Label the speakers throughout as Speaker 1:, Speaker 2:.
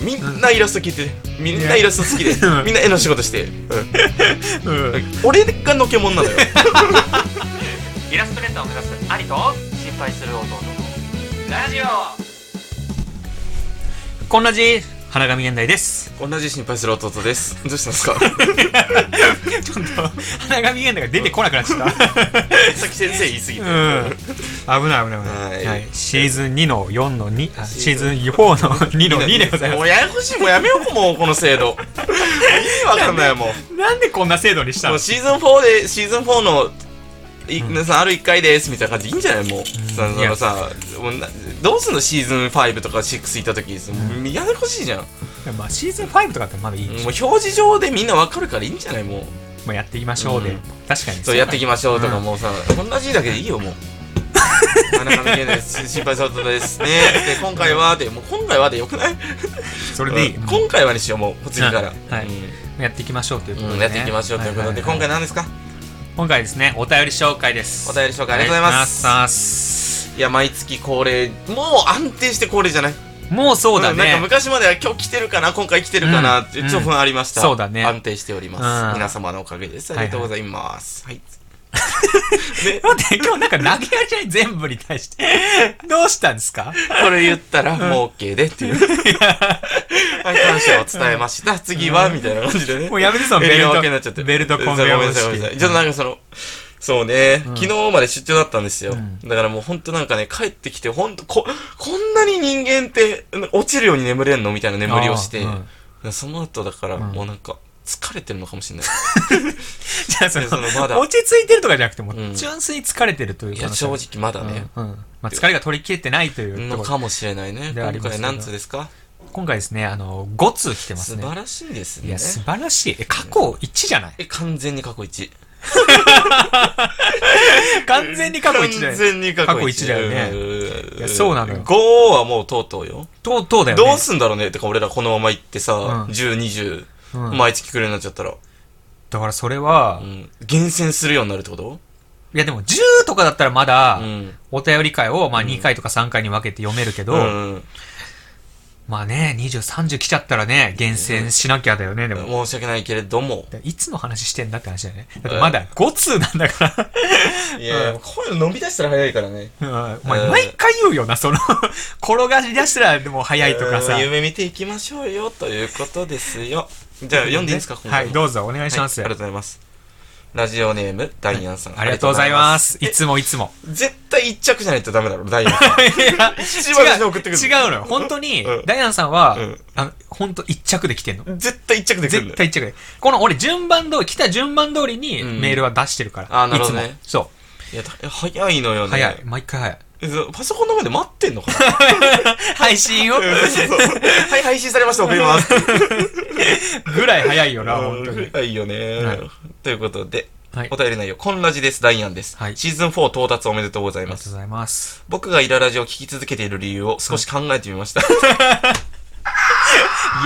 Speaker 1: みんなイラスト聞いてみんなイラスト好きで
Speaker 2: うん
Speaker 1: みんな絵の仕事して、うん
Speaker 2: うん
Speaker 1: 俺がのけもんなのよ
Speaker 3: イラストレーターを目指す兄と心配する弟のラジオこんなじ花神現代です
Speaker 1: 同じ心配する弟ですどうしたんですか
Speaker 2: ちょっと花神現代が出てこなくなっちゃった
Speaker 1: さっき先生言い過ぎ
Speaker 2: う
Speaker 1: て、
Speaker 2: ん危ない危ない危ない、
Speaker 1: はい
Speaker 2: シーズン2の4の2あシーズン4の2の2でござい
Speaker 1: も
Speaker 2: ま
Speaker 1: うややこしいもうやめようもうこの制度意味わかんないもん
Speaker 2: すなんでこんな制度にした
Speaker 1: も
Speaker 2: の
Speaker 1: うシーズン4でシーズン4のい皆さんある1回ですみたいな感じでいいんじゃないもう、その
Speaker 2: いや
Speaker 1: さもうなどうすんのシーズン5とか6行った時、もうややこしいじゃんも
Speaker 2: まあ、シーズン5とかってまだいい、
Speaker 1: う
Speaker 2: ま
Speaker 1: 表示上でみんなわかるからいいんじゃないもう
Speaker 2: あ、やっていきましょうで、
Speaker 1: うん
Speaker 2: 確かに
Speaker 1: そうやっていきましょうとか
Speaker 2: うん
Speaker 1: もうさ、同じだけでいいよもうあなかなかです心配することです ねで今回はでもう今回はでよくない
Speaker 2: それでいい、
Speaker 1: うん今回はにしようもう次から、
Speaker 2: うんはいやっていきましょうということ
Speaker 1: う
Speaker 2: で、
Speaker 1: ん
Speaker 2: ね
Speaker 1: やっていきましょうということで、
Speaker 2: ははは
Speaker 1: 今回何ですか
Speaker 2: 今回ですねお便り紹介です
Speaker 1: お便り紹介ありがとうございます
Speaker 2: ありがとうございます
Speaker 1: いや毎月恒例もう安定して恒例じゃない
Speaker 2: もうそうだ
Speaker 1: んなんか
Speaker 2: ね、
Speaker 1: 昔までは今日来てるかな今回来てるかなって
Speaker 2: うん
Speaker 1: ちょっとありました、
Speaker 2: そうだね
Speaker 1: 安定しております、
Speaker 2: うん
Speaker 1: 皆様のおかげですありがとうございます はい、
Speaker 2: 待って今日なんか投げやりじゃない全部に 対してどうしたんですか
Speaker 1: これ言ったらもう OK でっていう はい感謝を伝えました次は、みたいな感じでね
Speaker 2: もうやめてその
Speaker 1: ベ
Speaker 2: ベ
Speaker 1: ル
Speaker 2: ル
Speaker 1: ト
Speaker 2: ト
Speaker 1: になっちゃって
Speaker 2: ベルトコンベ
Speaker 1: そう
Speaker 2: ヨ
Speaker 1: ごめん
Speaker 2: ー
Speaker 1: なさいごめんなさいちょっと
Speaker 2: 式
Speaker 1: なんかそのそうね、昨日まで出張だったんですよ、
Speaker 2: ん
Speaker 1: だからもうほんとなんかね帰ってきてほんとここんなに人間って落ちるように眠れんのみたいな眠りをして、
Speaker 2: あ
Speaker 1: その後だから
Speaker 2: ん
Speaker 1: もうなんか疲れてるのかもしれない、
Speaker 2: じゃあそ
Speaker 1: いやそのまだ
Speaker 2: の落ち着いてるとかじゃなくても
Speaker 1: うん
Speaker 2: う純粋に疲れてるという
Speaker 1: いや
Speaker 2: 可能性
Speaker 1: 正直まだね、
Speaker 2: うんうんまあ、疲れが取り切れてないというと
Speaker 1: の
Speaker 2: こ
Speaker 1: かもしれないね
Speaker 2: ではあり
Speaker 1: 今
Speaker 2: ま
Speaker 1: 回
Speaker 2: すけど
Speaker 1: 何つですか
Speaker 2: 今回ですねあの5通来てます
Speaker 1: 素
Speaker 2: ね
Speaker 1: 晴らしいです
Speaker 2: い
Speaker 1: ね
Speaker 2: や素晴らしいえ過去1じゃない
Speaker 1: え完全に過去一
Speaker 2: 完全に過去1じ
Speaker 1: 完
Speaker 2: ゃない
Speaker 1: 全に過
Speaker 2: 過去
Speaker 1: 去一
Speaker 2: 一だよね
Speaker 1: うん
Speaker 2: いやそうなのよ
Speaker 1: 5はもうとうとうよ
Speaker 2: とうとうだよね
Speaker 1: どうすんだろうねってか俺らこのまま行ってさ、
Speaker 2: うん
Speaker 1: 1020、
Speaker 2: うん
Speaker 1: 毎月くれになっちゃったら、
Speaker 2: だからそれは、
Speaker 1: う
Speaker 2: い
Speaker 1: ん、厳選するようになるってこと
Speaker 2: やでも10とかだったらまだ、
Speaker 1: うん
Speaker 2: お便り会をまあ2回とか3回に分けて読めるけど、
Speaker 1: うん
Speaker 2: まあね2030来ちゃったらね厳選しなきゃだよねでも、
Speaker 1: 申し訳ないけれども
Speaker 2: いつの話してんだって話だよねだってまだ5通なんだから
Speaker 1: いやいやこういうの飲み出したら早いからね
Speaker 2: うんお前毎回言うよな、その、転がし出したらでも早いとかさ
Speaker 1: うん。夢見ていきましょうよということですよじゃあ読んでいいですか今
Speaker 2: は
Speaker 1: 回
Speaker 2: い、
Speaker 1: も
Speaker 2: どうぞお願いします。
Speaker 1: はいありがとうございますラジオネームダイアンさん、
Speaker 2: ありがとうございます。いつもいつも。
Speaker 1: え絶対一着じゃないとダメだろダイアンさん
Speaker 2: いや、
Speaker 1: 一番最初に送ってくる
Speaker 2: 違うのよ。本当に
Speaker 1: うん、
Speaker 2: ダイアンさんは
Speaker 1: うん、
Speaker 2: あの、本当一着で来てんの。
Speaker 1: 絶対一着で来るんだ
Speaker 2: 絶対一着で。この俺順番通り、来た順番通りに
Speaker 1: うん
Speaker 2: メールは出してるから。
Speaker 1: あなるほどね
Speaker 2: いつも。そ
Speaker 1: いやだえ早いのよ
Speaker 2: う。
Speaker 1: ね
Speaker 2: 早い。毎回早い。
Speaker 1: えそパソコンの前で待ってんのかな
Speaker 2: 配 信を
Speaker 1: うんそうそう はい配信されました送ります
Speaker 2: ぐらい早いよな、
Speaker 1: う
Speaker 2: 本
Speaker 1: ん
Speaker 2: 当に。
Speaker 1: いいよね、
Speaker 2: はい
Speaker 1: ということで、
Speaker 2: はい。
Speaker 1: お便り内容、こんラジです、ダイアンです、
Speaker 2: はい
Speaker 1: シーズン4到達おめでとうござい
Speaker 2: あり
Speaker 1: ま
Speaker 2: がと
Speaker 1: す。
Speaker 2: うございます。
Speaker 1: 僕がイララジを聞き続けている理由を少し考えてみました。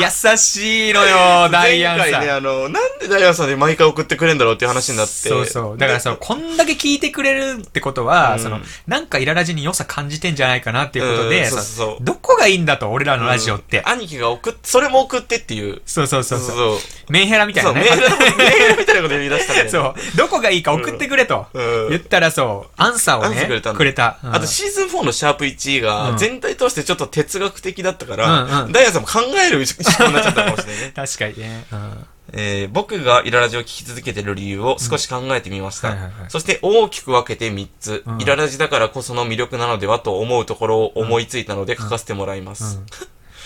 Speaker 2: 優しいのよ、ダイアン
Speaker 1: 前
Speaker 2: さん
Speaker 1: 回ね、。あの、なんでダイアンさんで毎回送ってくれんだろうっていう話になって。
Speaker 2: そうそう。だからその、こんだけ聞いてくれるってことは、
Speaker 1: うん
Speaker 2: その、なんかイララジに良さ感じてんじゃないかなっていうことで、
Speaker 1: うんそうそう
Speaker 2: その
Speaker 1: そう
Speaker 2: どこがいいんだと、俺らのラジオって。
Speaker 1: うん兄貴が送っ、それも送ってっていう。
Speaker 2: そうそうそうそう。
Speaker 1: そう。
Speaker 2: メンヘラみたい
Speaker 1: そう、
Speaker 2: な
Speaker 1: メ
Speaker 2: ね。
Speaker 1: ール、メールみたいなこと言い出したんだよね
Speaker 2: そう。どこがいいか送ってくれと。
Speaker 1: うん
Speaker 2: 言ったらそう、アンサーを
Speaker 1: アンサー
Speaker 2: ね、
Speaker 1: くれたんだ
Speaker 2: うん
Speaker 1: あとシーズン4のシャープ1
Speaker 2: う
Speaker 1: が
Speaker 2: ん
Speaker 1: 全体通してちょっと哲学的だったから、
Speaker 2: うんうん
Speaker 1: ダイアンさんも考える思考になっちゃったかもしれな いね。
Speaker 2: 確かにね。うん
Speaker 1: えー僕がイララジを聞き続けてる理由を少し考えてみました。
Speaker 2: うんはいはいはい
Speaker 1: そして大きく分けて3つ、
Speaker 2: うん
Speaker 1: イララジだからこその魅力なのではと思うところを思いついたので書かせてもらいます。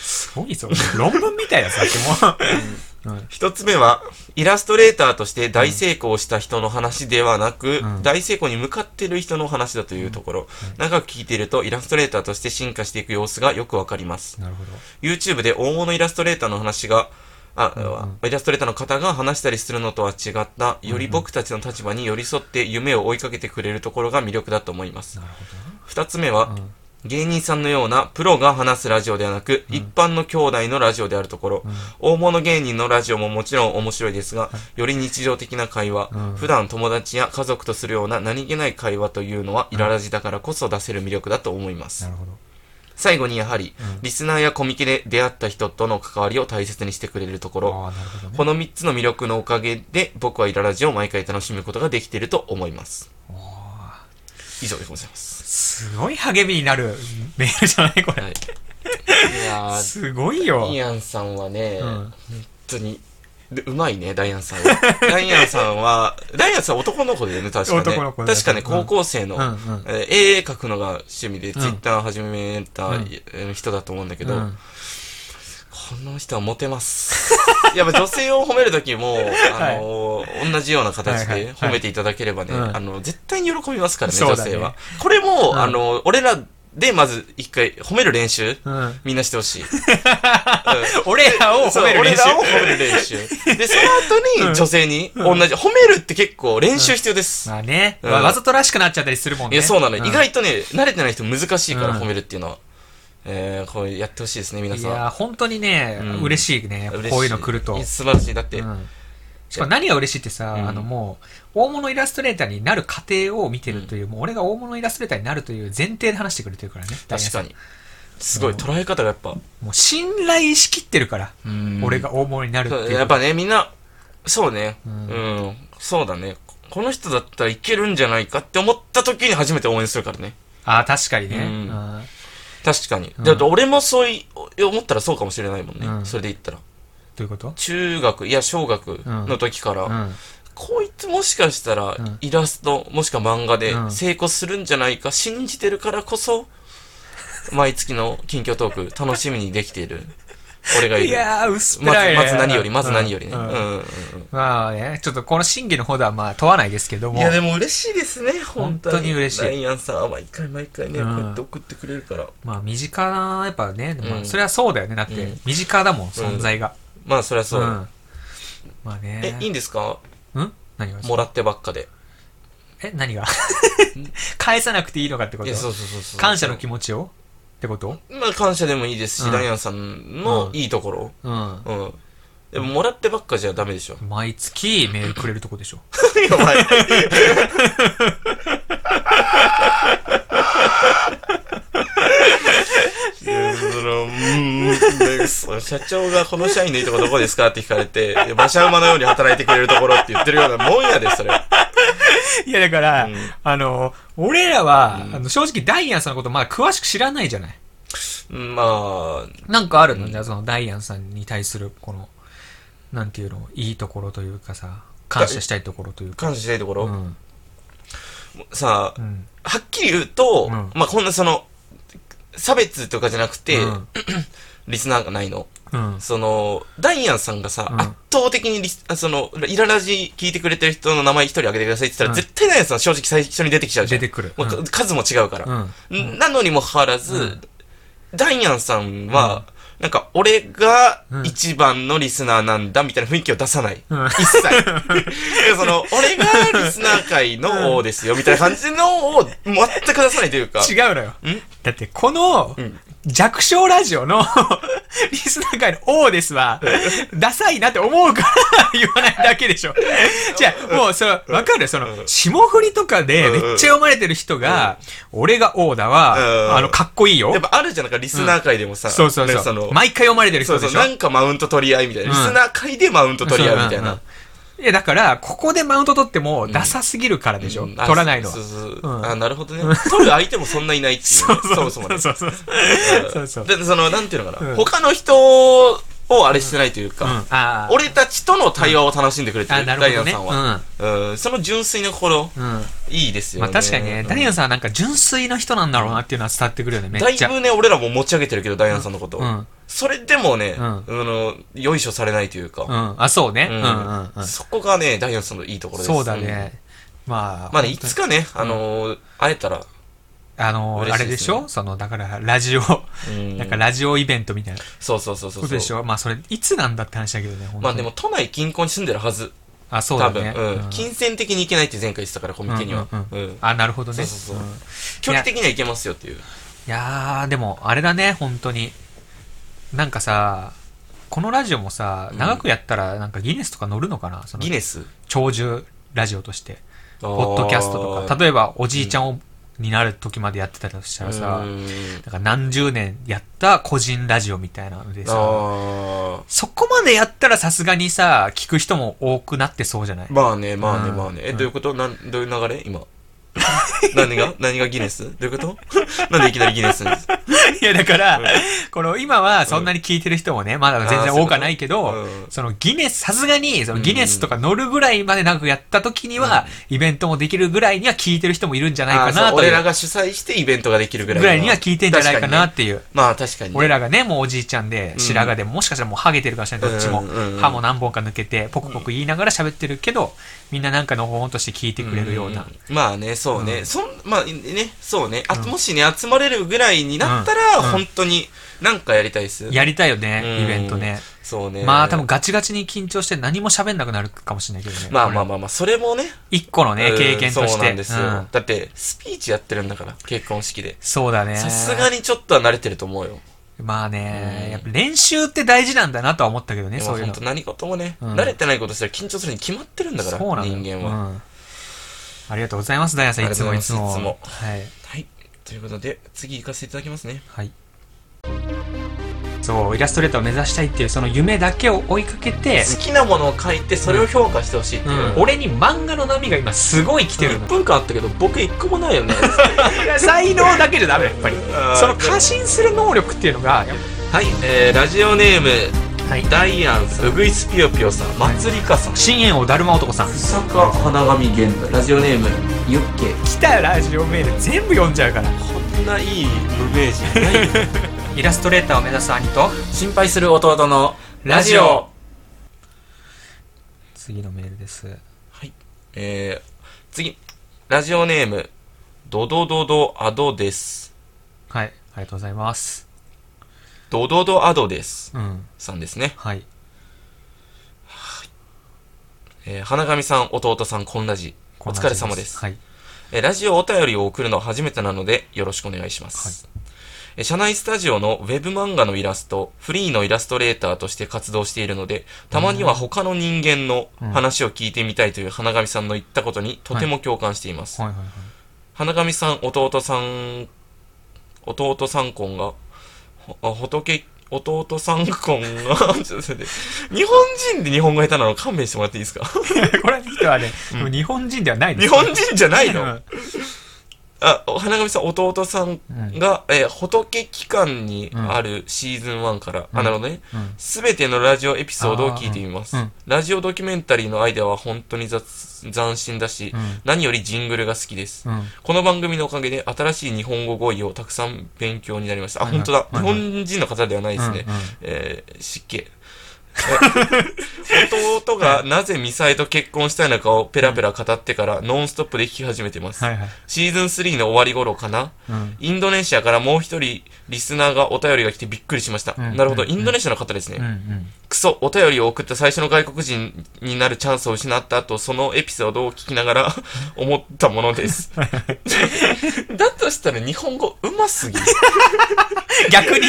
Speaker 2: すごいぞ。論文みたいださっきもう。うん
Speaker 1: 一、つ目は、イラストレーターとして大成功した人の話ではなく、
Speaker 2: うん
Speaker 1: 大成功に向かってる人の話だというところ、長く聞いているとイラストレーターとして進化していく様子がよくわかります。
Speaker 2: なるほど。
Speaker 1: YouTube で大物イラストレーターの話が、あ、イラストレーターの方が話したりするのとは違った、より僕たちの立場に寄り添って夢を追いかけてくれるところが魅力だと思います。
Speaker 2: なるほ
Speaker 1: 二つ目は、
Speaker 2: どな。うん
Speaker 1: 芸人さんのようなプロが話すラジオではなく、一般の兄弟のラジオであるところ、
Speaker 2: ん
Speaker 1: 大物芸人のラジオももちろん面白いですが、より日常的な会話、
Speaker 2: うん
Speaker 1: 普段友達や家族とするような何気ない会話というのは、イララジだからこそ出せる魅力だと思います
Speaker 2: な。るほど。
Speaker 1: 最後にやはり、
Speaker 2: うん
Speaker 1: リスナーやコミケで出会った人との関わりを大切にしてくれるところ、
Speaker 2: ああ、なるほどね。
Speaker 1: この3つの魅力のおかげで僕はイララジを毎回楽しむことができていると思います。以上でございます。
Speaker 2: すごい励みになるメールじゃないこれ。
Speaker 1: はい。いやー、
Speaker 2: すごいよ。
Speaker 1: イアンさんはね、
Speaker 2: うん
Speaker 1: 本当に、でうまいね、ダイアンさん は。ダイアンさんは、ダイアンさんは男の子だよね、確かね。
Speaker 2: 男の子だ
Speaker 1: 確かね、
Speaker 2: うん
Speaker 1: 高校生の、
Speaker 2: うんうん
Speaker 1: えー絵描くのが趣味で、ツイッター始めた、
Speaker 2: うん
Speaker 1: えー人だと思うんだけ
Speaker 2: う
Speaker 1: ど、
Speaker 2: ん
Speaker 1: この人はモテます。 やっぱ女性を褒めるとき も、あのー同じような形
Speaker 2: はいは
Speaker 1: で
Speaker 2: い
Speaker 1: 褒めていただければね、
Speaker 2: うん
Speaker 1: あの、絶対に喜びますからね、
Speaker 2: そう
Speaker 1: 女
Speaker 2: だね
Speaker 1: 性は。これも、
Speaker 2: うん
Speaker 1: あの、俺らでまず一回褒める練習、
Speaker 2: うん。
Speaker 1: みんなしてほ しい。
Speaker 2: 俺らを褒める練習
Speaker 1: そう。俺らを褒める練 習。で、その後
Speaker 2: うん
Speaker 1: に女性に同じ、褒めるって結構練習必要です。
Speaker 2: まあね、
Speaker 1: うん
Speaker 2: わわざとらしくなっちゃったりするもん
Speaker 1: い
Speaker 2: ね。
Speaker 1: や、そうなの。意
Speaker 2: ん
Speaker 1: 外とね、慣れてない人難しいか
Speaker 2: う
Speaker 1: ら
Speaker 2: ん
Speaker 1: 褒めるっていうのは。えー、これやってほしいですね、皆
Speaker 2: い
Speaker 1: さ
Speaker 2: やー、本当にね、
Speaker 1: うん
Speaker 2: 嬉しいね
Speaker 1: ん。嬉し。
Speaker 2: こういうの来ると。
Speaker 1: いや素晴らしい。だって、
Speaker 2: うんしかも何が嬉しいってさ、
Speaker 1: うん
Speaker 2: あのもう、大物イラストレーターになる過程を見てるという、もう俺が大物イラストレーターになるという前提で話してくれてるからね。
Speaker 1: 確か
Speaker 2: に。
Speaker 1: に。すごい、
Speaker 2: うん
Speaker 1: 捉え方がやっぱ。
Speaker 2: もう信頼しきってるから、俺が大物になるって
Speaker 1: そ。
Speaker 2: いうう。
Speaker 1: やっぱね、みんな、そうね。
Speaker 2: う
Speaker 1: うんん。そうだね。この人だったらいけるんじゃないかって思った時に初めて応援するからね。
Speaker 2: ああ、確かにね。う
Speaker 1: うん
Speaker 2: ん
Speaker 1: 確かに。
Speaker 2: うん
Speaker 1: だって俺もそうい思ったらそうかもしれないもんね。
Speaker 2: うん
Speaker 1: それで言ったら。
Speaker 2: どういうこと
Speaker 1: 中学いや小学の時から、
Speaker 2: うん。
Speaker 1: こいつもしかしたら
Speaker 2: うん
Speaker 1: イラスト、もしくは漫画で
Speaker 2: うん
Speaker 1: 成功するんじゃないか信じてるからこそ毎月の近況トーク楽しみにできている俺がいる
Speaker 2: いやー、薄っぺ
Speaker 1: ま
Speaker 2: ら
Speaker 1: ず
Speaker 2: いね
Speaker 1: まず何よりまず何よりね、
Speaker 2: う
Speaker 1: うんん
Speaker 2: うん
Speaker 1: うん
Speaker 2: まあね、ちょっとこの審議の方ではまあ問わないですけど
Speaker 1: うん
Speaker 2: も。
Speaker 1: いやでも嬉しいですね本当に
Speaker 2: 本当に嬉しい
Speaker 1: ライアンさんは毎回毎回ね、
Speaker 2: うん
Speaker 1: こうやって送ってくれるから
Speaker 2: まあ身近な、やっぱね、ま
Speaker 1: う
Speaker 2: あ、
Speaker 1: ん
Speaker 2: それはそうだよね。だって
Speaker 1: うん、
Speaker 2: 身近だもん、存在が。
Speaker 1: まあそりゃそう、
Speaker 2: んまあね
Speaker 1: え。いいんですか
Speaker 2: ん何が
Speaker 1: もらってばっかで
Speaker 2: え、何が 返さなくていいのかってこ
Speaker 1: い
Speaker 2: と
Speaker 1: やそうそうそうそう
Speaker 2: 感謝の気持ちをってこと
Speaker 1: まあ感謝でもいいですし、
Speaker 2: うん
Speaker 1: ライアンさんのいいところ、
Speaker 2: うん。
Speaker 1: うん。でも、もらってばっかじゃダメでしょ。
Speaker 2: 毎月メールくれるとこでしょ。
Speaker 1: やばい。やそのうーんでその社長がこの社員のいいとこどこですかって聞かれて、いや馬車馬のように働いてくれるところって言ってるようなもんやで、それ。
Speaker 2: いやだから、
Speaker 1: うん
Speaker 2: あの、俺らは、
Speaker 1: うん
Speaker 2: あの正直ダイアンさんのことまだ詳しく知らないじゃない。
Speaker 1: うんまあ、
Speaker 2: なんかあるの、じゃあそのダイアンさんに対する、この、なんていうの、いいところというかさ、感謝したいところというか。
Speaker 1: 感謝したいところ。
Speaker 2: うん。
Speaker 1: さ
Speaker 2: う
Speaker 1: あ、
Speaker 2: ん。
Speaker 1: はっきり言うと、
Speaker 2: うん
Speaker 1: まあこんなその、差別とかじゃなくて、
Speaker 2: うん
Speaker 1: リスナーがないの。
Speaker 2: うん。
Speaker 1: その、ダイアンさんがさ、
Speaker 2: うん
Speaker 1: 圧倒的にリス、あその、イララジ聞いてくれてる人の名前一人挙げてくださいって言ったら、
Speaker 2: うん
Speaker 1: 絶対ダイアンさん正直最初に出てきちゃうじゃん。
Speaker 2: 出てくる
Speaker 1: もうか
Speaker 2: うん
Speaker 1: 数も違うから。
Speaker 2: うん。
Speaker 1: んなのにもかかわらず、
Speaker 2: うん
Speaker 1: ダイアンさんは、なんか、俺が
Speaker 2: うん
Speaker 1: 一番のリスナーなんだみたいな雰囲気を出さない。
Speaker 2: うん
Speaker 1: 一切。その、俺がリスナー界の王ですよみたいな感じのを全く出さないというか。
Speaker 2: 違うのよ。だって、この
Speaker 1: ん、
Speaker 2: 弱小ラジオの、 リスナー界の王で すわ。ダサいなって思うから言わないだけでしょ。じゃあ、もう、その、わかるその、霜降りとかでめっちゃ読まれてる人が、俺が王だ
Speaker 1: う
Speaker 2: わ。
Speaker 1: ん
Speaker 2: あの、かっこいいよ
Speaker 1: やっ。ぱあるじゃん、なんかリスナー界でもさ。
Speaker 2: そうそう
Speaker 1: なんか
Speaker 2: そ
Speaker 1: の
Speaker 2: う。毎回読まれてる
Speaker 1: そ
Speaker 2: 人
Speaker 1: う
Speaker 2: で
Speaker 1: そう、
Speaker 2: しょ。
Speaker 1: なんかマウント取り合いみたいな。
Speaker 2: うん
Speaker 1: リスナー界でマウント取り合うみたい
Speaker 2: ん
Speaker 1: な。
Speaker 2: んいや、だから、ここでマウント取っても、ダサすぎるからでしょ。
Speaker 1: うんあ
Speaker 2: 取らないのは
Speaker 1: そう。そうそう
Speaker 2: うん
Speaker 1: あ、なるほどね。取る相手もそんないないっていうね、そもそもね。
Speaker 2: そうそうそう。そうそう。
Speaker 1: で、その、なんていうのか
Speaker 2: うん
Speaker 1: な。他の人をあれしてないという
Speaker 2: うん。
Speaker 1: か、
Speaker 2: ああー。
Speaker 1: 俺たちとの対話を楽しんでくれて
Speaker 2: あ、
Speaker 1: る、
Speaker 2: な
Speaker 1: ダ
Speaker 2: る
Speaker 1: イアン
Speaker 2: ほどね。
Speaker 1: さんは。うんその純粋な心、
Speaker 2: うん。うん。
Speaker 1: いいですよ
Speaker 2: まあ
Speaker 1: ね。
Speaker 2: 確かにね、
Speaker 1: うん
Speaker 2: ダイアンさんはなんか純粋な人なんだろうなっていうのは伝わってくるよね、め
Speaker 1: だ
Speaker 2: っ
Speaker 1: い
Speaker 2: ちゃ。
Speaker 1: ぶね、俺らも持ち上げてるけど、ダイアンさんのことを
Speaker 2: うん
Speaker 1: それでもね、
Speaker 2: うん
Speaker 1: あの、よいしょされないという
Speaker 2: う
Speaker 1: か、
Speaker 2: ん。あ、そうね。う
Speaker 1: うん
Speaker 2: うんんうん。
Speaker 1: そこがね、ダイアンさんのいいところです。
Speaker 2: そうだ
Speaker 1: ん
Speaker 2: ね。まあ。
Speaker 1: まあね、い
Speaker 2: 本当に
Speaker 1: つかね、あのー会えたら、
Speaker 2: あのー、あ
Speaker 1: 嬉し
Speaker 2: れ
Speaker 1: い
Speaker 2: で
Speaker 1: で
Speaker 2: し
Speaker 1: すね
Speaker 2: ょその、だから、ラジオ、
Speaker 1: うん
Speaker 2: なんかラジオイベントみたいなこ
Speaker 1: そうそうそうそう
Speaker 2: と
Speaker 1: そう。
Speaker 2: でしょまあそれ、いつなんだって話だけどね、本当に
Speaker 1: まあでも、、都内近郊に住んでるはず、
Speaker 2: あ、そう
Speaker 1: 多
Speaker 2: だ
Speaker 1: 分。
Speaker 2: ね。
Speaker 1: うん金銭的に行けないって前回言ってたから、コミケには。
Speaker 2: うん
Speaker 1: うん
Speaker 2: あ、なるほど
Speaker 1: そ
Speaker 2: ね。
Speaker 1: うそうそう
Speaker 2: うんい
Speaker 1: 距離的には行けますよっていう。
Speaker 2: やー、でも、あれだね、本当に。なんかさ、このラジオもさ、
Speaker 1: うん
Speaker 2: 長くやったら、なんかギネスとか乗るのかなその
Speaker 1: ギネス
Speaker 2: 長寿ラジオとして。
Speaker 1: ポ
Speaker 2: ポッドキャストとか、
Speaker 1: ば、
Speaker 2: 例えばおじいちゃんを、になる時までやってたとしたらさ、
Speaker 1: うん
Speaker 2: だから何十年やった個人ラジオみたいなのでさ、
Speaker 1: あ
Speaker 2: そこまでやったらさすがにさ、聞く人も多くなってそうじゃない
Speaker 1: ーまあねまあね
Speaker 2: うん
Speaker 1: まあねえ
Speaker 2: うん
Speaker 1: どういうことなんどういう流れ今何 が何がギネスどういうことなんでいきなりギネスなんです
Speaker 2: いやだから、
Speaker 1: うん
Speaker 2: この今はそんなに聞いてる人もね、まだ全然多くはないけ
Speaker 1: あーそう
Speaker 2: ど
Speaker 1: いうことうん、
Speaker 2: そのギネス、さすがに、そのギネスとか乗るぐらいまで長くやった時には、イベントもできるぐらいには聞いてる人もいるんじゃない
Speaker 1: あ
Speaker 2: か
Speaker 1: ーそう
Speaker 2: なとい
Speaker 1: 俺ら
Speaker 2: う。
Speaker 1: が主催してイベントができるぐらい
Speaker 2: ぐらいには聞いてんじゃないかなっていう。
Speaker 1: まあ確かにね、
Speaker 2: 俺らがね、もうおじいちゃんで、
Speaker 1: ん
Speaker 2: 白髪で、もしかしたらもうハゲてるかもしれない、どっちも
Speaker 1: うんうんうん。
Speaker 2: 歯も何本か抜けて、ポクポク言いながら喋ってるけど、みんななんかのほほんとして聞いてくれるような。
Speaker 1: んまあねそうね、
Speaker 2: うん
Speaker 1: そんまあねそうねあ、もしね集まれるぐらいになったら、
Speaker 2: うんうん
Speaker 1: 本当になんかやりたいっす
Speaker 2: やりたいよね
Speaker 1: う、ん
Speaker 2: イベントね。
Speaker 1: そうね
Speaker 2: まあ多分ガチガチに緊張して何も喋んなくなるかもしれないけどね。
Speaker 1: まあまあまあまあそれもね
Speaker 2: 一個のね
Speaker 1: う、ん
Speaker 2: 経験として。
Speaker 1: そうなんですよ、
Speaker 2: うん
Speaker 1: だってスピーチやってるんだから結婚式で
Speaker 2: そうだね。
Speaker 1: さすが
Speaker 2: に。
Speaker 1: にちょっとは慣れてると思うよ
Speaker 2: まあね、
Speaker 1: うん
Speaker 2: やっぱ練習って大事なんだなとは思ったけどね、
Speaker 1: で
Speaker 2: そ
Speaker 1: も
Speaker 2: ういう
Speaker 1: 本
Speaker 2: の
Speaker 1: 当。何事もね、
Speaker 2: うん
Speaker 1: 慣れてないことしたら緊張するに決まってるんだから
Speaker 2: そうなのよ
Speaker 1: 人間は、
Speaker 2: うんありがとうございます、ダイヤさん。いつも
Speaker 1: あ
Speaker 2: い
Speaker 1: りが
Speaker 2: つ
Speaker 1: とうご
Speaker 2: も。
Speaker 1: ざいま
Speaker 2: はい。
Speaker 1: はいということで次行かせていただきますね
Speaker 2: はい。そう、イラストレーターを目指したいっていう、その夢だけを追いかけて、
Speaker 1: 好きなものを書いてそれを評価してほしいっていう、
Speaker 2: うん俺に漫画の波が今すごい来て
Speaker 1: 1
Speaker 2: る の。
Speaker 1: 分間あったけど僕一個もないよ ね
Speaker 2: 才能だけじゃダメ、やっぱり。その過信する能力っていうのが、
Speaker 1: はい、えー、ラジオネーム
Speaker 2: はい。
Speaker 1: ダイアンさんうぐいすぴよぴよさんまつりかさん
Speaker 2: 深淵王だるま男さん。
Speaker 1: 坂花神玄武ラジオネームユッケ
Speaker 2: 来たよラジオメール全部読んじゃうから。
Speaker 1: こんないい無名人ない
Speaker 2: イラストレーターを目指す兄と
Speaker 1: 心配する弟のラジオ
Speaker 2: 次のメールです
Speaker 1: えー、次ラジオネームドドドドアドです
Speaker 2: はいありがとうございます
Speaker 1: ドドドアドです
Speaker 2: うん
Speaker 1: さんですね、
Speaker 2: はい
Speaker 1: えー、花神さん弟さんこんラジお疲れ様です
Speaker 2: はい
Speaker 1: えーラジオお便りを送るのは初めてなので、よろしくお願いします。えー社内スタジオのウェブ漫画のイラスト、フリーのイラストレーターとして活動しているので、たまには他の人間の話を聞いてみたいという花神さんの言ったことにとても共感しています。
Speaker 2: はいはいはい
Speaker 1: 花神さん、弟さん、弟さん婚が、ほあ仏、弟さん婚が、 ちょっと待って日本人で日本語下手なの勘弁してもらっていいですか
Speaker 2: これ人はね、でも日本人ではないで
Speaker 1: 日
Speaker 2: す
Speaker 1: 本人じゃないの
Speaker 2: うん
Speaker 1: あ、花神さん、弟さんが、えー仏期間に
Speaker 2: うん
Speaker 1: あるシーズン1から、
Speaker 2: う
Speaker 1: あ、
Speaker 2: ん
Speaker 1: なるほどね
Speaker 2: うん。
Speaker 1: すべ、てのラジオエピソードを聞いてみます。
Speaker 2: あーうんうん
Speaker 1: ラジオドキュメンタリーのアイデアは本当に雑斬新だし、
Speaker 2: うん
Speaker 1: 何よりジングルが好きです。
Speaker 2: うん
Speaker 1: この番組のおかげで新しい日本語語彙をたくさん勉強になりました。あ、
Speaker 2: はいはい
Speaker 1: 本当だ。
Speaker 2: はい
Speaker 1: 日
Speaker 2: はい
Speaker 1: 本人の方ではないですね。
Speaker 2: うんうん
Speaker 1: えー失敬。え弟がなぜミサイと結婚したいのかをペラペラ語ってからノンストップで聞き始めてます。
Speaker 2: はいはい
Speaker 1: シーズン3の終わり頃かな、
Speaker 2: うん
Speaker 1: インドネシアからもう一人リスナーがお便りが来てびっくりしました。
Speaker 2: うん
Speaker 1: なるほど、
Speaker 2: うん
Speaker 1: インドネシアの方ですね。
Speaker 2: うんうん
Speaker 1: クソ、お便りを送った最初の外国人になるチャンスを失った後、そのエピソードを聞きなが ら思ったものです。だとしたら日本語うますぎ。い
Speaker 2: 逆に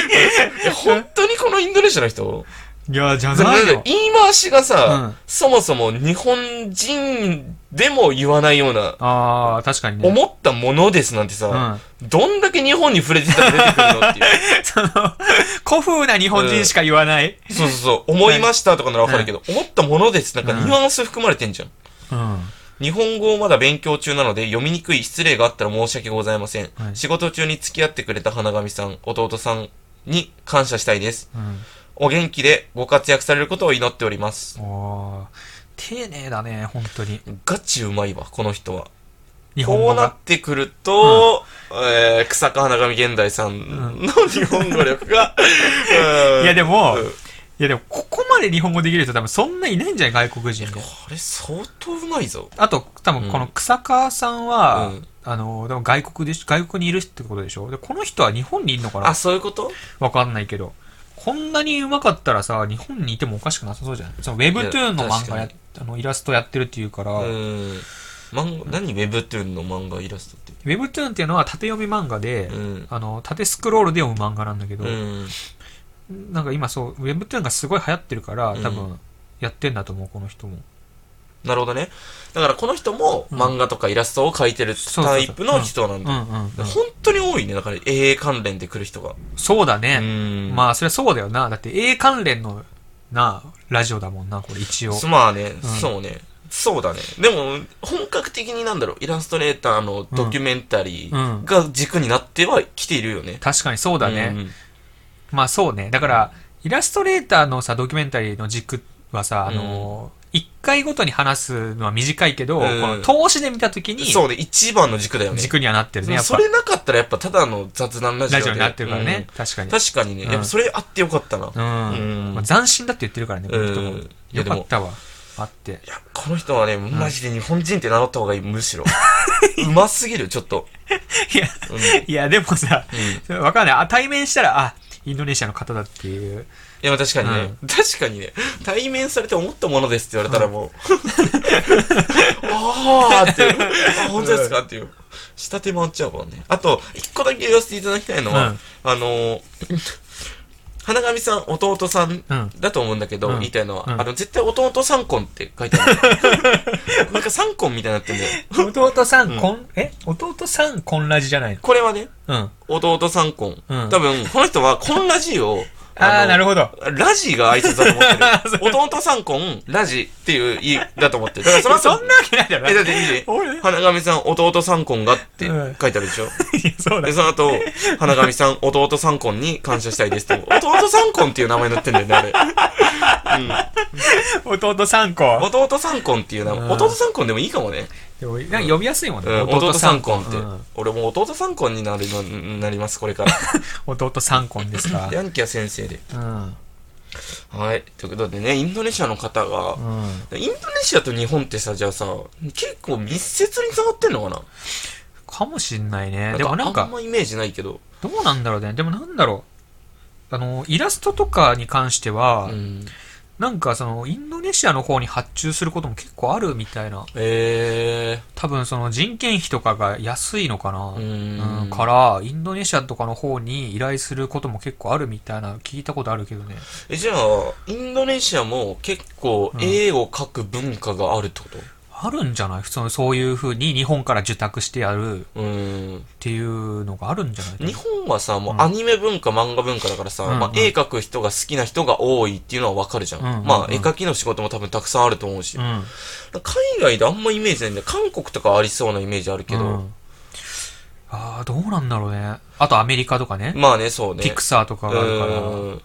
Speaker 1: や本当にこのインドネシアの人
Speaker 2: いやじゃ
Speaker 1: だ
Speaker 2: ない
Speaker 1: だって
Speaker 2: の
Speaker 1: 言い回しがさ、
Speaker 2: うん
Speaker 1: そもそも日本人でも言わないような、
Speaker 2: ああ確かにね
Speaker 1: 思ったものですなんてさ、
Speaker 2: うん
Speaker 1: どんだけ日本に触れてたら出てくるのっていう。
Speaker 2: その古風な日本人しか言わない
Speaker 1: そうそうそう、思いましたとかならわかるけど、思ったものです。なんか
Speaker 2: う
Speaker 1: ニ
Speaker 2: ん
Speaker 1: ュアンス含まれてんじゃん。
Speaker 2: うん
Speaker 1: 日本語をまだ勉強中なので読みにくい失礼があったら申し訳ございません。
Speaker 2: はい
Speaker 1: 仕事中に付き合ってくれた花神さん、弟さんに感謝したいです。
Speaker 2: う
Speaker 1: お元気でご活躍されることを祈っております。
Speaker 2: んおー丁寧だね本当に
Speaker 1: ガチうまいわ、この人は。
Speaker 2: 日本
Speaker 1: こ
Speaker 2: 語
Speaker 1: うなっ
Speaker 2: が
Speaker 1: てくると、えー、草加花神現代さん の日本語力が、うん
Speaker 2: いやでも
Speaker 1: うん
Speaker 2: いやでもここまで日本語できる人多分そんないないんじゃない外国人で
Speaker 1: これ相当うまいぞ。
Speaker 2: あと、多分この草川さんは、
Speaker 1: うん
Speaker 2: あの、でも外国でし、外国にいるってことでしょで、この人は日本にいるのか
Speaker 1: あ、
Speaker 2: な
Speaker 1: そういうこと
Speaker 2: わかんないけど。こんなに上手かったらさ、日本にいてもおかしくなさそうじゃないその Webtoon の漫画や
Speaker 1: 確か、
Speaker 2: あの、イラストやってるっていうから、
Speaker 1: うん。漫画、何ウェブトゥーンの漫画イラストって。
Speaker 2: Webtoon っていうのは縦読み漫画で、
Speaker 1: うん。
Speaker 2: あの、縦スクロールで読む漫画なんだけど、
Speaker 1: うん。
Speaker 2: なんか今そう、Webtoon がすごい流行ってるから、多
Speaker 1: う
Speaker 2: 分、やってんだと思う、この人も。
Speaker 1: なるほどね。だからこの人も
Speaker 2: ん
Speaker 1: 漫画とかイラストを描いてる
Speaker 2: そうそうそう
Speaker 1: タイプの人なん
Speaker 2: う
Speaker 1: だ。
Speaker 2: んうんうん。
Speaker 1: 本当に多いね。だから絵関連で来る人が。
Speaker 2: そうだね。
Speaker 1: ん
Speaker 2: まあ、それはそうだよな。だって、A 関連の、な、ラジオだもんな、これ一応。
Speaker 1: そまあね、
Speaker 2: うん
Speaker 1: そうね。そうだね。でも、本格的になんだろう、イラストレーターのドキュメンタリ
Speaker 2: うん
Speaker 1: ーが軸になってはきているよね。
Speaker 2: 確かにそうだ
Speaker 1: うんう
Speaker 2: ね。
Speaker 1: ん
Speaker 2: まあ、そうね。だから、イラストレーターのさ、ドキュメンタリーの軸はさ、あのー、一回ごとに話すのは短いけど、こ
Speaker 1: うん
Speaker 2: の投資で見たときに、
Speaker 1: そうね、一番の軸だよね。
Speaker 2: 軸にはなってるね、やっ
Speaker 1: そ
Speaker 2: ぱ。
Speaker 1: れなかったらやっぱただの雑談ラジオで
Speaker 2: ラジオになってるからね。
Speaker 1: うん
Speaker 2: 確かに。
Speaker 1: 確かにね、
Speaker 2: うん
Speaker 1: やっぱそれあってよかったな。
Speaker 2: うん
Speaker 1: うん
Speaker 2: まあ、斬新だって言ってるからね、この人も
Speaker 1: うん。いや
Speaker 2: よ
Speaker 1: で
Speaker 2: か
Speaker 1: も
Speaker 2: ったわ。あって。
Speaker 1: いや、この人はね、マジで日本人って名乗った方がいい、む しろ。うますぎる、ちょっと。
Speaker 2: いや、
Speaker 1: うん
Speaker 2: いや、でもさ
Speaker 1: うん、
Speaker 2: それわかんない。あ、対面したら、あ、インドネシアの方だっていう。
Speaker 1: いや、確かにね、確かにね、対面されて思ったものですって言われたらもう、ああって、あ、本当ですかっていう。下手回っちゃうもんね。あと、一個だけ言わせていただきたいのは、
Speaker 2: うん
Speaker 1: あのー、花神さん、弟さん
Speaker 2: うん
Speaker 1: だと思うんだけど、
Speaker 2: うん
Speaker 1: 言いたいのは、
Speaker 2: うん
Speaker 1: あの、絶対弟三婚って書いて ある。なんか三婚みたいになってんだよ。
Speaker 2: 弟さん、こん、え弟さん、こんラジじゃないの
Speaker 1: これはね、
Speaker 2: うん。あ
Speaker 1: 弟三婚。
Speaker 2: うん
Speaker 1: 多分、この人は、このラジオを、
Speaker 2: あー、なる
Speaker 1: ほ
Speaker 2: ほど。
Speaker 1: ど。ラジが挨拶だと思っ てる。弟三婚、ラジっていう言い、だと思ってる。だからその後
Speaker 2: そんなわけないだろ。
Speaker 1: え、だっていいね
Speaker 2: 俺いや、
Speaker 1: 花神さん、弟三婚がって
Speaker 2: うん
Speaker 1: 書いてあるでしょ。
Speaker 2: そうだ
Speaker 1: で、。その後、 花神さん、弟三婚に感謝したいですって。弟三婚っていう名前になってんだよね、 あれ。
Speaker 2: 弟さん、こ
Speaker 1: 弟三婚っていう名前。
Speaker 2: うん
Speaker 1: 弟三婚でもいいかもね。
Speaker 2: でもなんか呼びやすいもん
Speaker 1: う
Speaker 2: ね。
Speaker 1: ん、弟三婚って
Speaker 2: うん。
Speaker 1: 俺も弟三婚になるの、なります、これから。
Speaker 2: 弟さん、こんですか。
Speaker 1: ヤンキャ先生で。
Speaker 2: うん。
Speaker 1: はい。ということでね、インドネシアの方が、
Speaker 2: うん。
Speaker 1: インドネシアと日本ってさ、じゃあさ、結構密接に繋がってんのかな
Speaker 2: かもしんないね。でもなん
Speaker 1: あ
Speaker 2: か
Speaker 1: ん、まイメージないけど。
Speaker 2: どうなんだろうね。でもなんだろう。あの、イラストとかに関しては、
Speaker 1: うん。
Speaker 2: なんかその、インドネシアの方に発注することも結構あるみたいな。
Speaker 1: え
Speaker 2: 多分その人件費とかが安いのかな。
Speaker 1: ー。
Speaker 2: うんから、インドネシアとかの方に依頼することも結構あるみたいな、聞いたことあるけどね。
Speaker 1: えじゃあ、インドネシアも結構
Speaker 2: うん
Speaker 1: 絵を描く文化があるってこと
Speaker 2: あるんじゃない普通のそういう風に日本から受託してやるっ
Speaker 1: うん。
Speaker 2: ていうのがあるんじゃない
Speaker 1: 日本はさ、もううんアニメ文化、漫画文化だからさ、
Speaker 2: うんうん
Speaker 1: まあ、絵描く人が好きな人が多いっていうのはわかるじゃん。
Speaker 2: うんうんうん
Speaker 1: まあ、絵描きの仕事も多分たくさんあると思うし。
Speaker 2: うん。
Speaker 1: 海外であんまイメージないんだよ韓国とかありそうなイメージあるけど。
Speaker 2: うんああ、どうなんだろうね。あとアメリカとかね。
Speaker 1: まあね、そうね。
Speaker 2: ピクサーとかがあるか
Speaker 1: う
Speaker 2: ら。
Speaker 1: ん
Speaker 2: うん。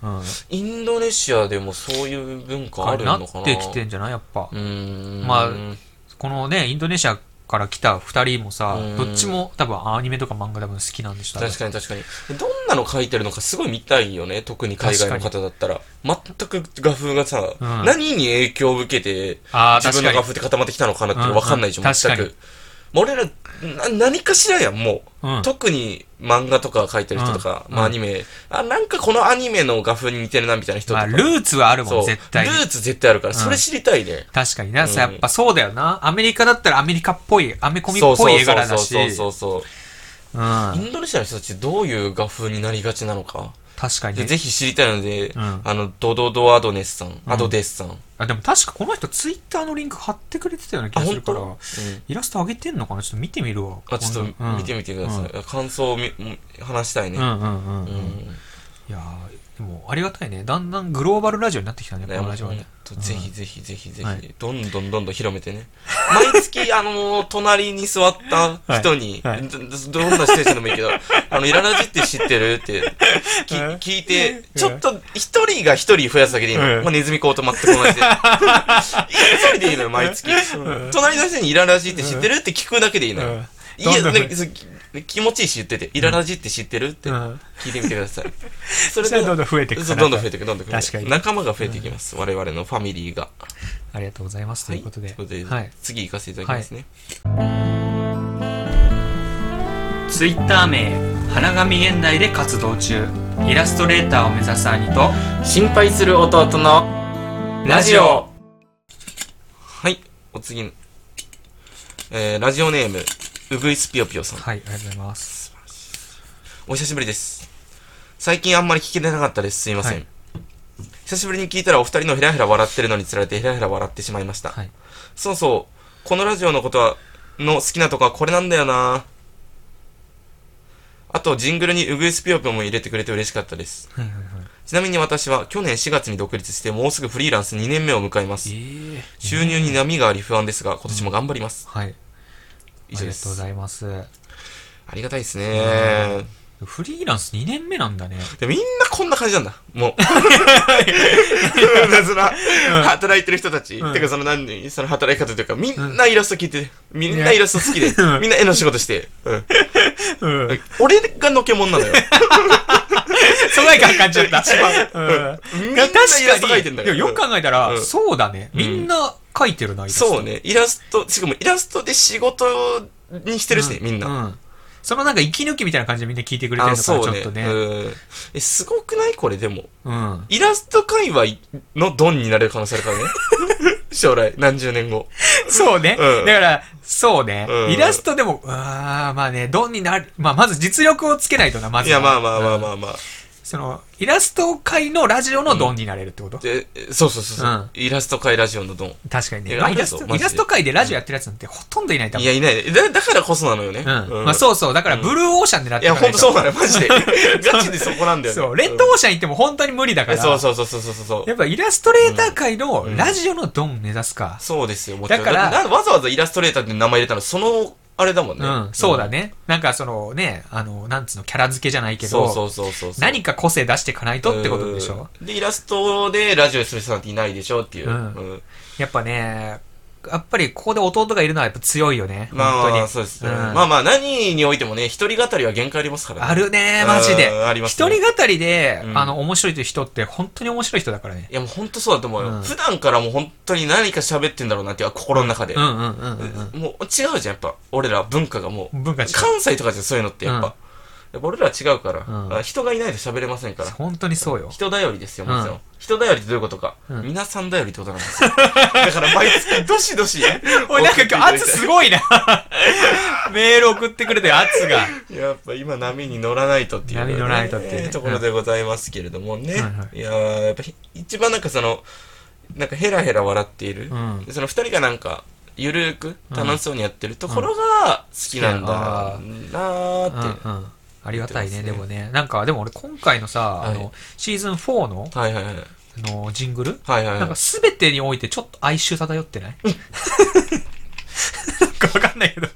Speaker 1: インドネシアでもそういう文化ある
Speaker 2: な
Speaker 1: のかな
Speaker 2: ってきてんじゃないやっぱ
Speaker 1: う。ーん。
Speaker 2: まあこのね、インドネシアから来た二人もさ
Speaker 1: うん、
Speaker 2: どっちも多分アニメとか漫画多分好きなんでしょ。
Speaker 1: 確かに確かに。どんなの書いてるのかすごい見たいよね。特に海外の方だったら。全く画風がさ、
Speaker 2: うん
Speaker 1: 何に影響を受けて、
Speaker 2: ああ、
Speaker 1: 自
Speaker 2: 確
Speaker 1: 分
Speaker 2: か
Speaker 1: の
Speaker 2: に
Speaker 1: 画。風って固まってきたのかなってわかんないじゃん、
Speaker 2: うんうん
Speaker 1: 全
Speaker 2: 確
Speaker 1: く。もう俺ら、な何かしらやん、もう。
Speaker 2: うん
Speaker 1: 特に漫画とか書いてる人とか、
Speaker 2: うん
Speaker 1: まあ
Speaker 2: う
Speaker 1: ア
Speaker 2: ん
Speaker 1: ニメ、あ、なんかこのアニメの画風に似てるな、みたいな人と
Speaker 2: ま
Speaker 1: か。
Speaker 2: あ、ルーツはある
Speaker 1: そ
Speaker 2: もん、
Speaker 1: う。ル
Speaker 2: 絶対に。
Speaker 1: ーツ絶対あるから、
Speaker 2: うん
Speaker 1: それ知りたいね。
Speaker 2: 確かにな、
Speaker 1: うん
Speaker 2: やっぱそうだよな。アメリカだったらアメリカっぽい、アメコミっ
Speaker 1: そう
Speaker 2: ぽ
Speaker 1: そ
Speaker 2: い
Speaker 1: う
Speaker 2: 絵
Speaker 1: そう
Speaker 2: 柄
Speaker 1: そ
Speaker 2: だ
Speaker 1: う
Speaker 2: し。
Speaker 1: そうそうそう。
Speaker 2: うん。
Speaker 1: インドネシアの人たちどういう画風になりがちなのか。
Speaker 2: 確かに
Speaker 1: で
Speaker 2: ね。
Speaker 1: ぜひ知りたいので、
Speaker 2: うん
Speaker 1: あの、ドドドアドネスさん、アドデスさん。
Speaker 2: あ、でも確かこの人ツイッターのリンク貼ってくれてたような気がするから
Speaker 1: あ本、
Speaker 2: イラスト上げてんのかなちょっと見てみるわ。
Speaker 1: あ、ちょっと見てみてください。感想をみうん話したい
Speaker 2: うんう
Speaker 1: ね。
Speaker 2: んうんうん。
Speaker 1: う。
Speaker 2: うんん、いやーでもありがたいね。だんだんグローバルラジオになってきたね、こ
Speaker 1: ね
Speaker 2: の
Speaker 1: もう
Speaker 2: ラジオは
Speaker 1: ほん
Speaker 2: ね。
Speaker 1: とぜひぜひぜひぜ
Speaker 2: は
Speaker 1: ひ
Speaker 2: い、
Speaker 1: どんどんどんどん広めてね。毎月、 あのー、隣に座った人に、
Speaker 2: はいはい
Speaker 1: どどんなステーションでもいいけど、 あの、イララジって知ってるってき
Speaker 2: うん
Speaker 1: 聞いて、ちょっと一人が一人増やすだけでいいの。
Speaker 2: うん
Speaker 1: まあ、ネズミ講と全く同 じで。一人でいいのよ、毎月。隣の人にイララジって知ってるって聞くだけでいいのよ。いや、
Speaker 2: どんどん
Speaker 1: なんかそうき気持ちいいし言ってて、イララジって知ってるって
Speaker 2: うん
Speaker 1: 聞いてみてくだ さい。そ
Speaker 2: そ
Speaker 1: れ
Speaker 2: した
Speaker 1: で、
Speaker 2: らどんどん増えていく
Speaker 1: そうどんどん増えていく、どんどん増えていく。
Speaker 2: 確かに
Speaker 1: 仲間が増えていきます。我々のファミリーが。
Speaker 2: ありがとうございます。ということで。
Speaker 1: ということ
Speaker 2: は
Speaker 1: で
Speaker 2: い。
Speaker 1: 次行かせていただきますね。
Speaker 3: ツイッター名花神現代で活動中イラストレーターを目指す兄と
Speaker 1: 心配する弟の
Speaker 3: ラジオ
Speaker 1: はい、お次。えー、ラジオネーム、うぐいすぴよぴよさん。
Speaker 2: はい、ありがとうございます。
Speaker 1: お久しぶりです。最近あんまり聞けてなかったです。すいません。
Speaker 2: はい
Speaker 1: 久しぶりに聞いたらお二人のヘラヘラ笑ってるのにつられてヘラヘラ笑ってしまいました。
Speaker 2: はい
Speaker 1: そうそう、このラジオのことは、の好きなとこはこれなんだよなあと、ジングルにウグイスピヨピョも入れてくれて嬉しかったです。
Speaker 2: はいはいはい
Speaker 1: ちなみに私は去年4月に独立してもうすぐフリーランス2年目を迎えます。
Speaker 2: ええ
Speaker 1: 収入に波があり不安ですが、今年も頑張ります。
Speaker 2: はい
Speaker 1: 以上です。
Speaker 2: ざいます
Speaker 1: ありがたいですね。
Speaker 2: フリーランス2年目なんだね
Speaker 1: でみんなこんな感じなんだ。もう。 その働いてる人たち、
Speaker 2: うん
Speaker 1: てかその何、その働き方というか、みんなイラスト聞いてて、みんなイラスト好きで
Speaker 2: う、ん
Speaker 1: みんな絵の仕事して、うん
Speaker 2: うん
Speaker 1: 俺がのけもん なのよ。
Speaker 2: 疎外感感じちゃ った
Speaker 1: 一番
Speaker 2: うん
Speaker 1: みんなイ
Speaker 2: 確
Speaker 1: ラスト
Speaker 2: か
Speaker 1: 描い
Speaker 2: に
Speaker 1: てんだ
Speaker 2: で
Speaker 1: から。
Speaker 2: もよく考えたら、
Speaker 1: うん
Speaker 2: そうだねみんな書いてるな、イラスト
Speaker 1: そうね。イラスト、しかもイラストで仕事にしてるしね、
Speaker 2: う
Speaker 1: みんな。
Speaker 2: うそのなんか息抜きみたいな感じでみんな聞いてくれてるのかな、ちょっとね、
Speaker 1: うんえ、すごくないこれでも。
Speaker 2: うん、
Speaker 1: イラスト界隈のドンになれる可能性ある からね。将来、何十年後。
Speaker 2: そうね、
Speaker 1: うん
Speaker 2: だからそうね、
Speaker 1: うん
Speaker 2: イラストでもあーまあねどんになる、まあ、まず実力をつけないとなまず
Speaker 1: い
Speaker 2: は
Speaker 1: や、まあまあまあま
Speaker 2: うん
Speaker 1: あまあ。
Speaker 2: そのイラスト界のラジオのドンになれるってこと、
Speaker 1: で、そうそうそうそう、
Speaker 2: うん
Speaker 1: イラスト界ラジオのドン。
Speaker 2: 確かに
Speaker 1: い
Speaker 2: ね、
Speaker 1: や
Speaker 2: まあ
Speaker 1: あ
Speaker 2: イ
Speaker 1: りが
Speaker 2: ラ
Speaker 1: と
Speaker 2: ス
Speaker 1: う
Speaker 2: ト
Speaker 1: マジで
Speaker 2: イラスト界でラジオやってるやつなんてほとんどいない多
Speaker 1: い
Speaker 2: 分
Speaker 1: や、いない。だだからこそなのよね。
Speaker 2: うんまあそうそうだからブルーオーシャン狙っ
Speaker 1: い
Speaker 2: て
Speaker 1: や、
Speaker 2: かな
Speaker 1: ほんとそう
Speaker 2: と
Speaker 1: なのよ、マジで。ガチでそこなんだよね。
Speaker 2: そうレッドオーシャン行っても本当に無理だか
Speaker 1: うん
Speaker 2: ら
Speaker 1: えそうそうそうそうそうそう
Speaker 2: や。っぱイラストレーター界のラジオのドン目指すか。
Speaker 1: そうですよ、もちろん。
Speaker 2: だから
Speaker 1: なわざわざイラストレーターって名前入れたの、その、あれだもん
Speaker 2: う
Speaker 1: ね。
Speaker 2: ん、そうだ
Speaker 1: ね。
Speaker 2: ね。なんかそのね、あの、なんつうの、キャラ付けじゃないけ
Speaker 1: そうそ
Speaker 2: ど、
Speaker 1: うそうそうそう。
Speaker 2: 何か個性出していかないとってことでしょ。
Speaker 1: うんで、イラストでラジオにする人なんていないでしょっていう。
Speaker 2: うん
Speaker 1: うん
Speaker 2: やっぱね、やっぱりここで弟がいるのはやっぱ強いよね。
Speaker 1: まあ
Speaker 2: 本
Speaker 1: ま
Speaker 2: 当
Speaker 1: あ、
Speaker 2: に。
Speaker 1: そうですね。
Speaker 2: うん
Speaker 1: まあまあ、何においてもね、一人語りは限界ありますからね。
Speaker 2: あるね、マジで
Speaker 1: うんあり。ます
Speaker 2: 一
Speaker 1: ね
Speaker 2: 人語りで、
Speaker 1: うん
Speaker 2: あの、面白いという人って本当に面白い人だからね。
Speaker 1: いやもう本当そうだと思うよ、
Speaker 2: うん
Speaker 1: 普段からもう本当に何か喋ってんだろうなっていう心の中で、
Speaker 2: うんうんうんうん
Speaker 1: もう違うじゃんやっぱ俺ら文化がも
Speaker 2: う。
Speaker 1: うん
Speaker 2: 文化違う。
Speaker 1: 関西とかじゃそういうのってやっぱ、
Speaker 2: うん
Speaker 1: やっぱ俺ら違うから、
Speaker 2: うん
Speaker 1: あ人がいないと喋れませんから
Speaker 2: 本当にそうよ。
Speaker 1: 人頼りですよもちろん、
Speaker 2: うん
Speaker 1: 人頼りってどういうことか、
Speaker 2: うん
Speaker 1: 皆さん頼りってことなんですよだから毎月どしどし
Speaker 2: おい、なんか
Speaker 1: 送って
Speaker 2: 今日圧
Speaker 1: いただい
Speaker 2: すごいな。 メール送ってくれたよ、圧が。
Speaker 1: てやっぱ今波に乗らないとっていう、
Speaker 2: 波に乗らないとっていうね
Speaker 1: ねところでございますけれどもね、、
Speaker 2: はいはい
Speaker 1: やーやっぱひ一番なんかそのなんかヘラヘラ笑っている、
Speaker 2: うん。
Speaker 1: でその二人がなんかゆるーく
Speaker 2: うん
Speaker 1: 楽しそうにやってるところが好きなんだなーって、
Speaker 2: うんうん、ありがたいね
Speaker 1: 言って
Speaker 2: で
Speaker 1: ます
Speaker 2: もねなんかでも俺今回のさ、
Speaker 1: はい
Speaker 2: あのシーズン4の
Speaker 1: はいはいはいはい
Speaker 2: あのジングル
Speaker 1: はいはい
Speaker 2: なんか全てにおいてちょっと哀愁漂ってないなんかわかんないけど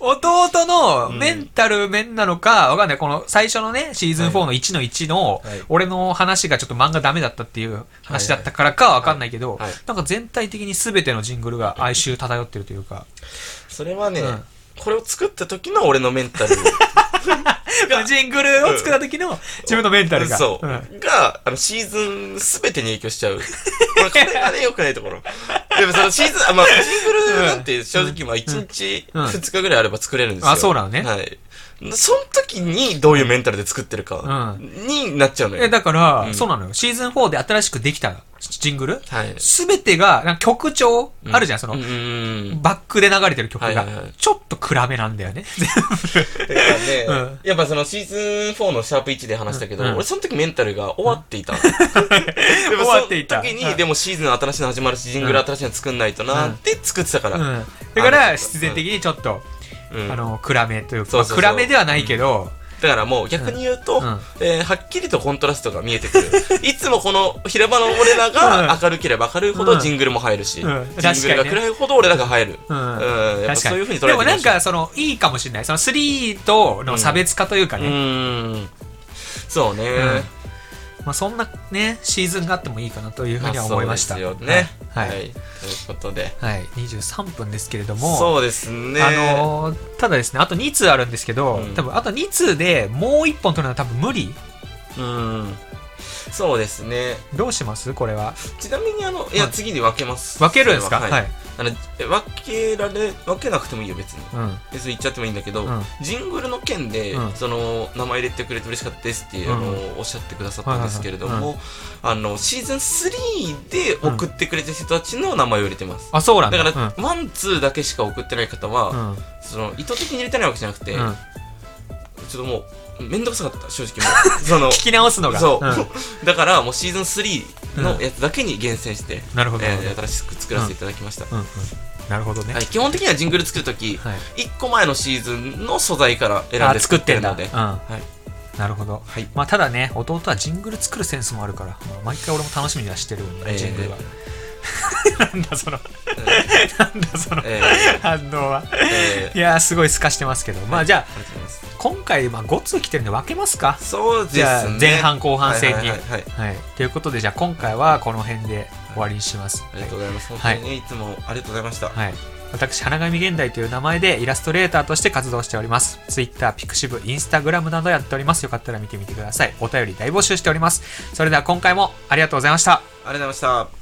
Speaker 2: 弟のメンタル面なのかわかんないこの最初のねシーズン4の1の1の
Speaker 1: はい
Speaker 2: 俺の話がちょっと漫画ダメだったっていう話だったからかわかんないけど
Speaker 1: はいはい
Speaker 2: なんか全体的に全てのジングルが哀愁漂ってるというか
Speaker 1: それはね、
Speaker 2: うん
Speaker 1: これを作った時の俺のメン タル
Speaker 2: ジングルを作った時の自分のメンタルが
Speaker 1: そう、
Speaker 2: ん
Speaker 1: があのシーズンすべてに影響しちゃうこ れこれがね良くないところでもそのシーズンあまあシングルなんて正直まあ1日
Speaker 2: うんうん
Speaker 1: 2日ぐらいあれば作れるんですよ、
Speaker 2: あそうなのね
Speaker 1: はいその時にどういうメンタルで作ってるか
Speaker 2: う
Speaker 1: になっちゃうのよ、
Speaker 2: え、だから、
Speaker 1: うん
Speaker 2: そうなのよ。シーズン4で新しくできたジングル
Speaker 1: はい
Speaker 2: すべてが、なんか曲調、あるじゃん、その、
Speaker 1: うんうんうん
Speaker 2: バックで流れてる曲
Speaker 1: はい
Speaker 2: が
Speaker 1: はいはい、
Speaker 2: ちょっと暗めなんだよね。
Speaker 1: だからね、
Speaker 2: うん
Speaker 1: やっぱそのシーズン4のシャープ1で話したけど、
Speaker 2: うん
Speaker 1: 俺その時メンタルが終わって いた。でも
Speaker 2: 終わっていた
Speaker 1: その時に、
Speaker 2: はい
Speaker 1: でもシーズン新しいの始まるし、ジングル新しいの作んないとなって作ってたから。
Speaker 2: う
Speaker 1: うん
Speaker 2: ん。だから、必然的にちょっと、
Speaker 1: うん
Speaker 2: あの、暗めというか、
Speaker 1: そうそうそう
Speaker 2: まあ暗めではないけど、
Speaker 1: だからもう逆に言うと、
Speaker 2: うんうん
Speaker 1: えーはっきりとコントラストが見えてくる。 いつもこの平場の俺らが
Speaker 2: うん
Speaker 1: 明るければ明るいほど
Speaker 2: うん
Speaker 1: ジングルも入るし、
Speaker 2: うん
Speaker 1: ジングルが
Speaker 2: 確かにね
Speaker 1: 暗いほど俺らが入る。
Speaker 2: うん
Speaker 1: うんやっぱそういう風に捉え
Speaker 2: で
Speaker 1: て
Speaker 2: も
Speaker 1: みま
Speaker 2: なん
Speaker 1: した
Speaker 2: か、その、いいかもしれない。その、3との差別化というか
Speaker 1: う
Speaker 2: ね、
Speaker 1: ーん。そうね。
Speaker 2: うんまあ、そんなね、シーズンがあってもいいかなというふうには思いました。
Speaker 1: あそうですよね。
Speaker 2: は。
Speaker 1: はいい。ということで。
Speaker 2: はい。23分ですけれども、
Speaker 1: そうですね。
Speaker 2: あのーただですね、あと2通あるんですけど、
Speaker 1: うん
Speaker 2: 多分あと2通でもう1本取るのは多分無理
Speaker 1: うん。そうですね。
Speaker 2: どうしますこれは。
Speaker 1: ちなみに、あの、いや、次に分けます。
Speaker 2: 分けるんですか
Speaker 1: それ
Speaker 2: はい、
Speaker 1: ははい。あの、え分けられ、分けなくてもいいよ、別に。
Speaker 2: うん。
Speaker 1: 別に言っちゃってもいいんだけど、
Speaker 2: うん
Speaker 1: ジングルの件で、
Speaker 2: うん
Speaker 1: その、名前入れてくれて嬉しかったですって、
Speaker 2: うん
Speaker 1: あの、おっしゃってくださったんですけれど
Speaker 2: はいはい
Speaker 1: も、あの、シーズン3で送ってくれた人たちの名前を入れてます。
Speaker 2: あ、そうなん
Speaker 1: だ
Speaker 2: だ。
Speaker 1: から、ワン、ツーだけしか送ってない方は、
Speaker 2: うん。うん。
Speaker 1: その、意図的に入れてないわけじゃなくて、
Speaker 2: うん
Speaker 1: ちょっともう、めんどくさかった、正直もう。その
Speaker 2: 聞き直すのが。
Speaker 1: そう、
Speaker 2: ん
Speaker 1: だからもうシーズン3のやつだけに厳選して、
Speaker 2: なるほど。な
Speaker 1: え
Speaker 2: るほど
Speaker 1: ー新しく作らせていただきました、
Speaker 2: うんうんなるほどね
Speaker 1: は。い、基本的にはジングル作るとき、
Speaker 2: はい
Speaker 1: 1個前のシーズンの素材から選んで
Speaker 2: あ作ってんだ
Speaker 1: ので、
Speaker 2: うん
Speaker 1: はい、
Speaker 2: なるほど。
Speaker 1: はい
Speaker 2: まあ、ただね、弟はジングル作るセンスもあるから、まあ毎回俺も楽しみにはしてるよね、
Speaker 1: ええ
Speaker 2: ジング ルは。なんだその、なんだその
Speaker 1: え
Speaker 2: 反応は。
Speaker 1: ーえー
Speaker 2: いやー、すごい透かしてますけど、 まあじゃ
Speaker 1: ありがとうございます
Speaker 2: あ、今回、まあ、5通来てるんで分けますか
Speaker 1: そうですね
Speaker 2: じゃあ、前半後半戦に。
Speaker 1: はは
Speaker 2: はい
Speaker 1: いはいはい
Speaker 2: い。ということで、じゃあ今回はこの辺で終わりにします。
Speaker 1: ありがとうございます本当
Speaker 2: はい
Speaker 1: にね、い、つもありがとうございました、
Speaker 2: はい。私、花神現代という名前でイラストレーターとして活動しております。Twitter、Pixiv、Instagram などやっております。よかったら見てみてください。お便り大募集しております。それでは今回もありがとうございました。
Speaker 1: ありがとうございました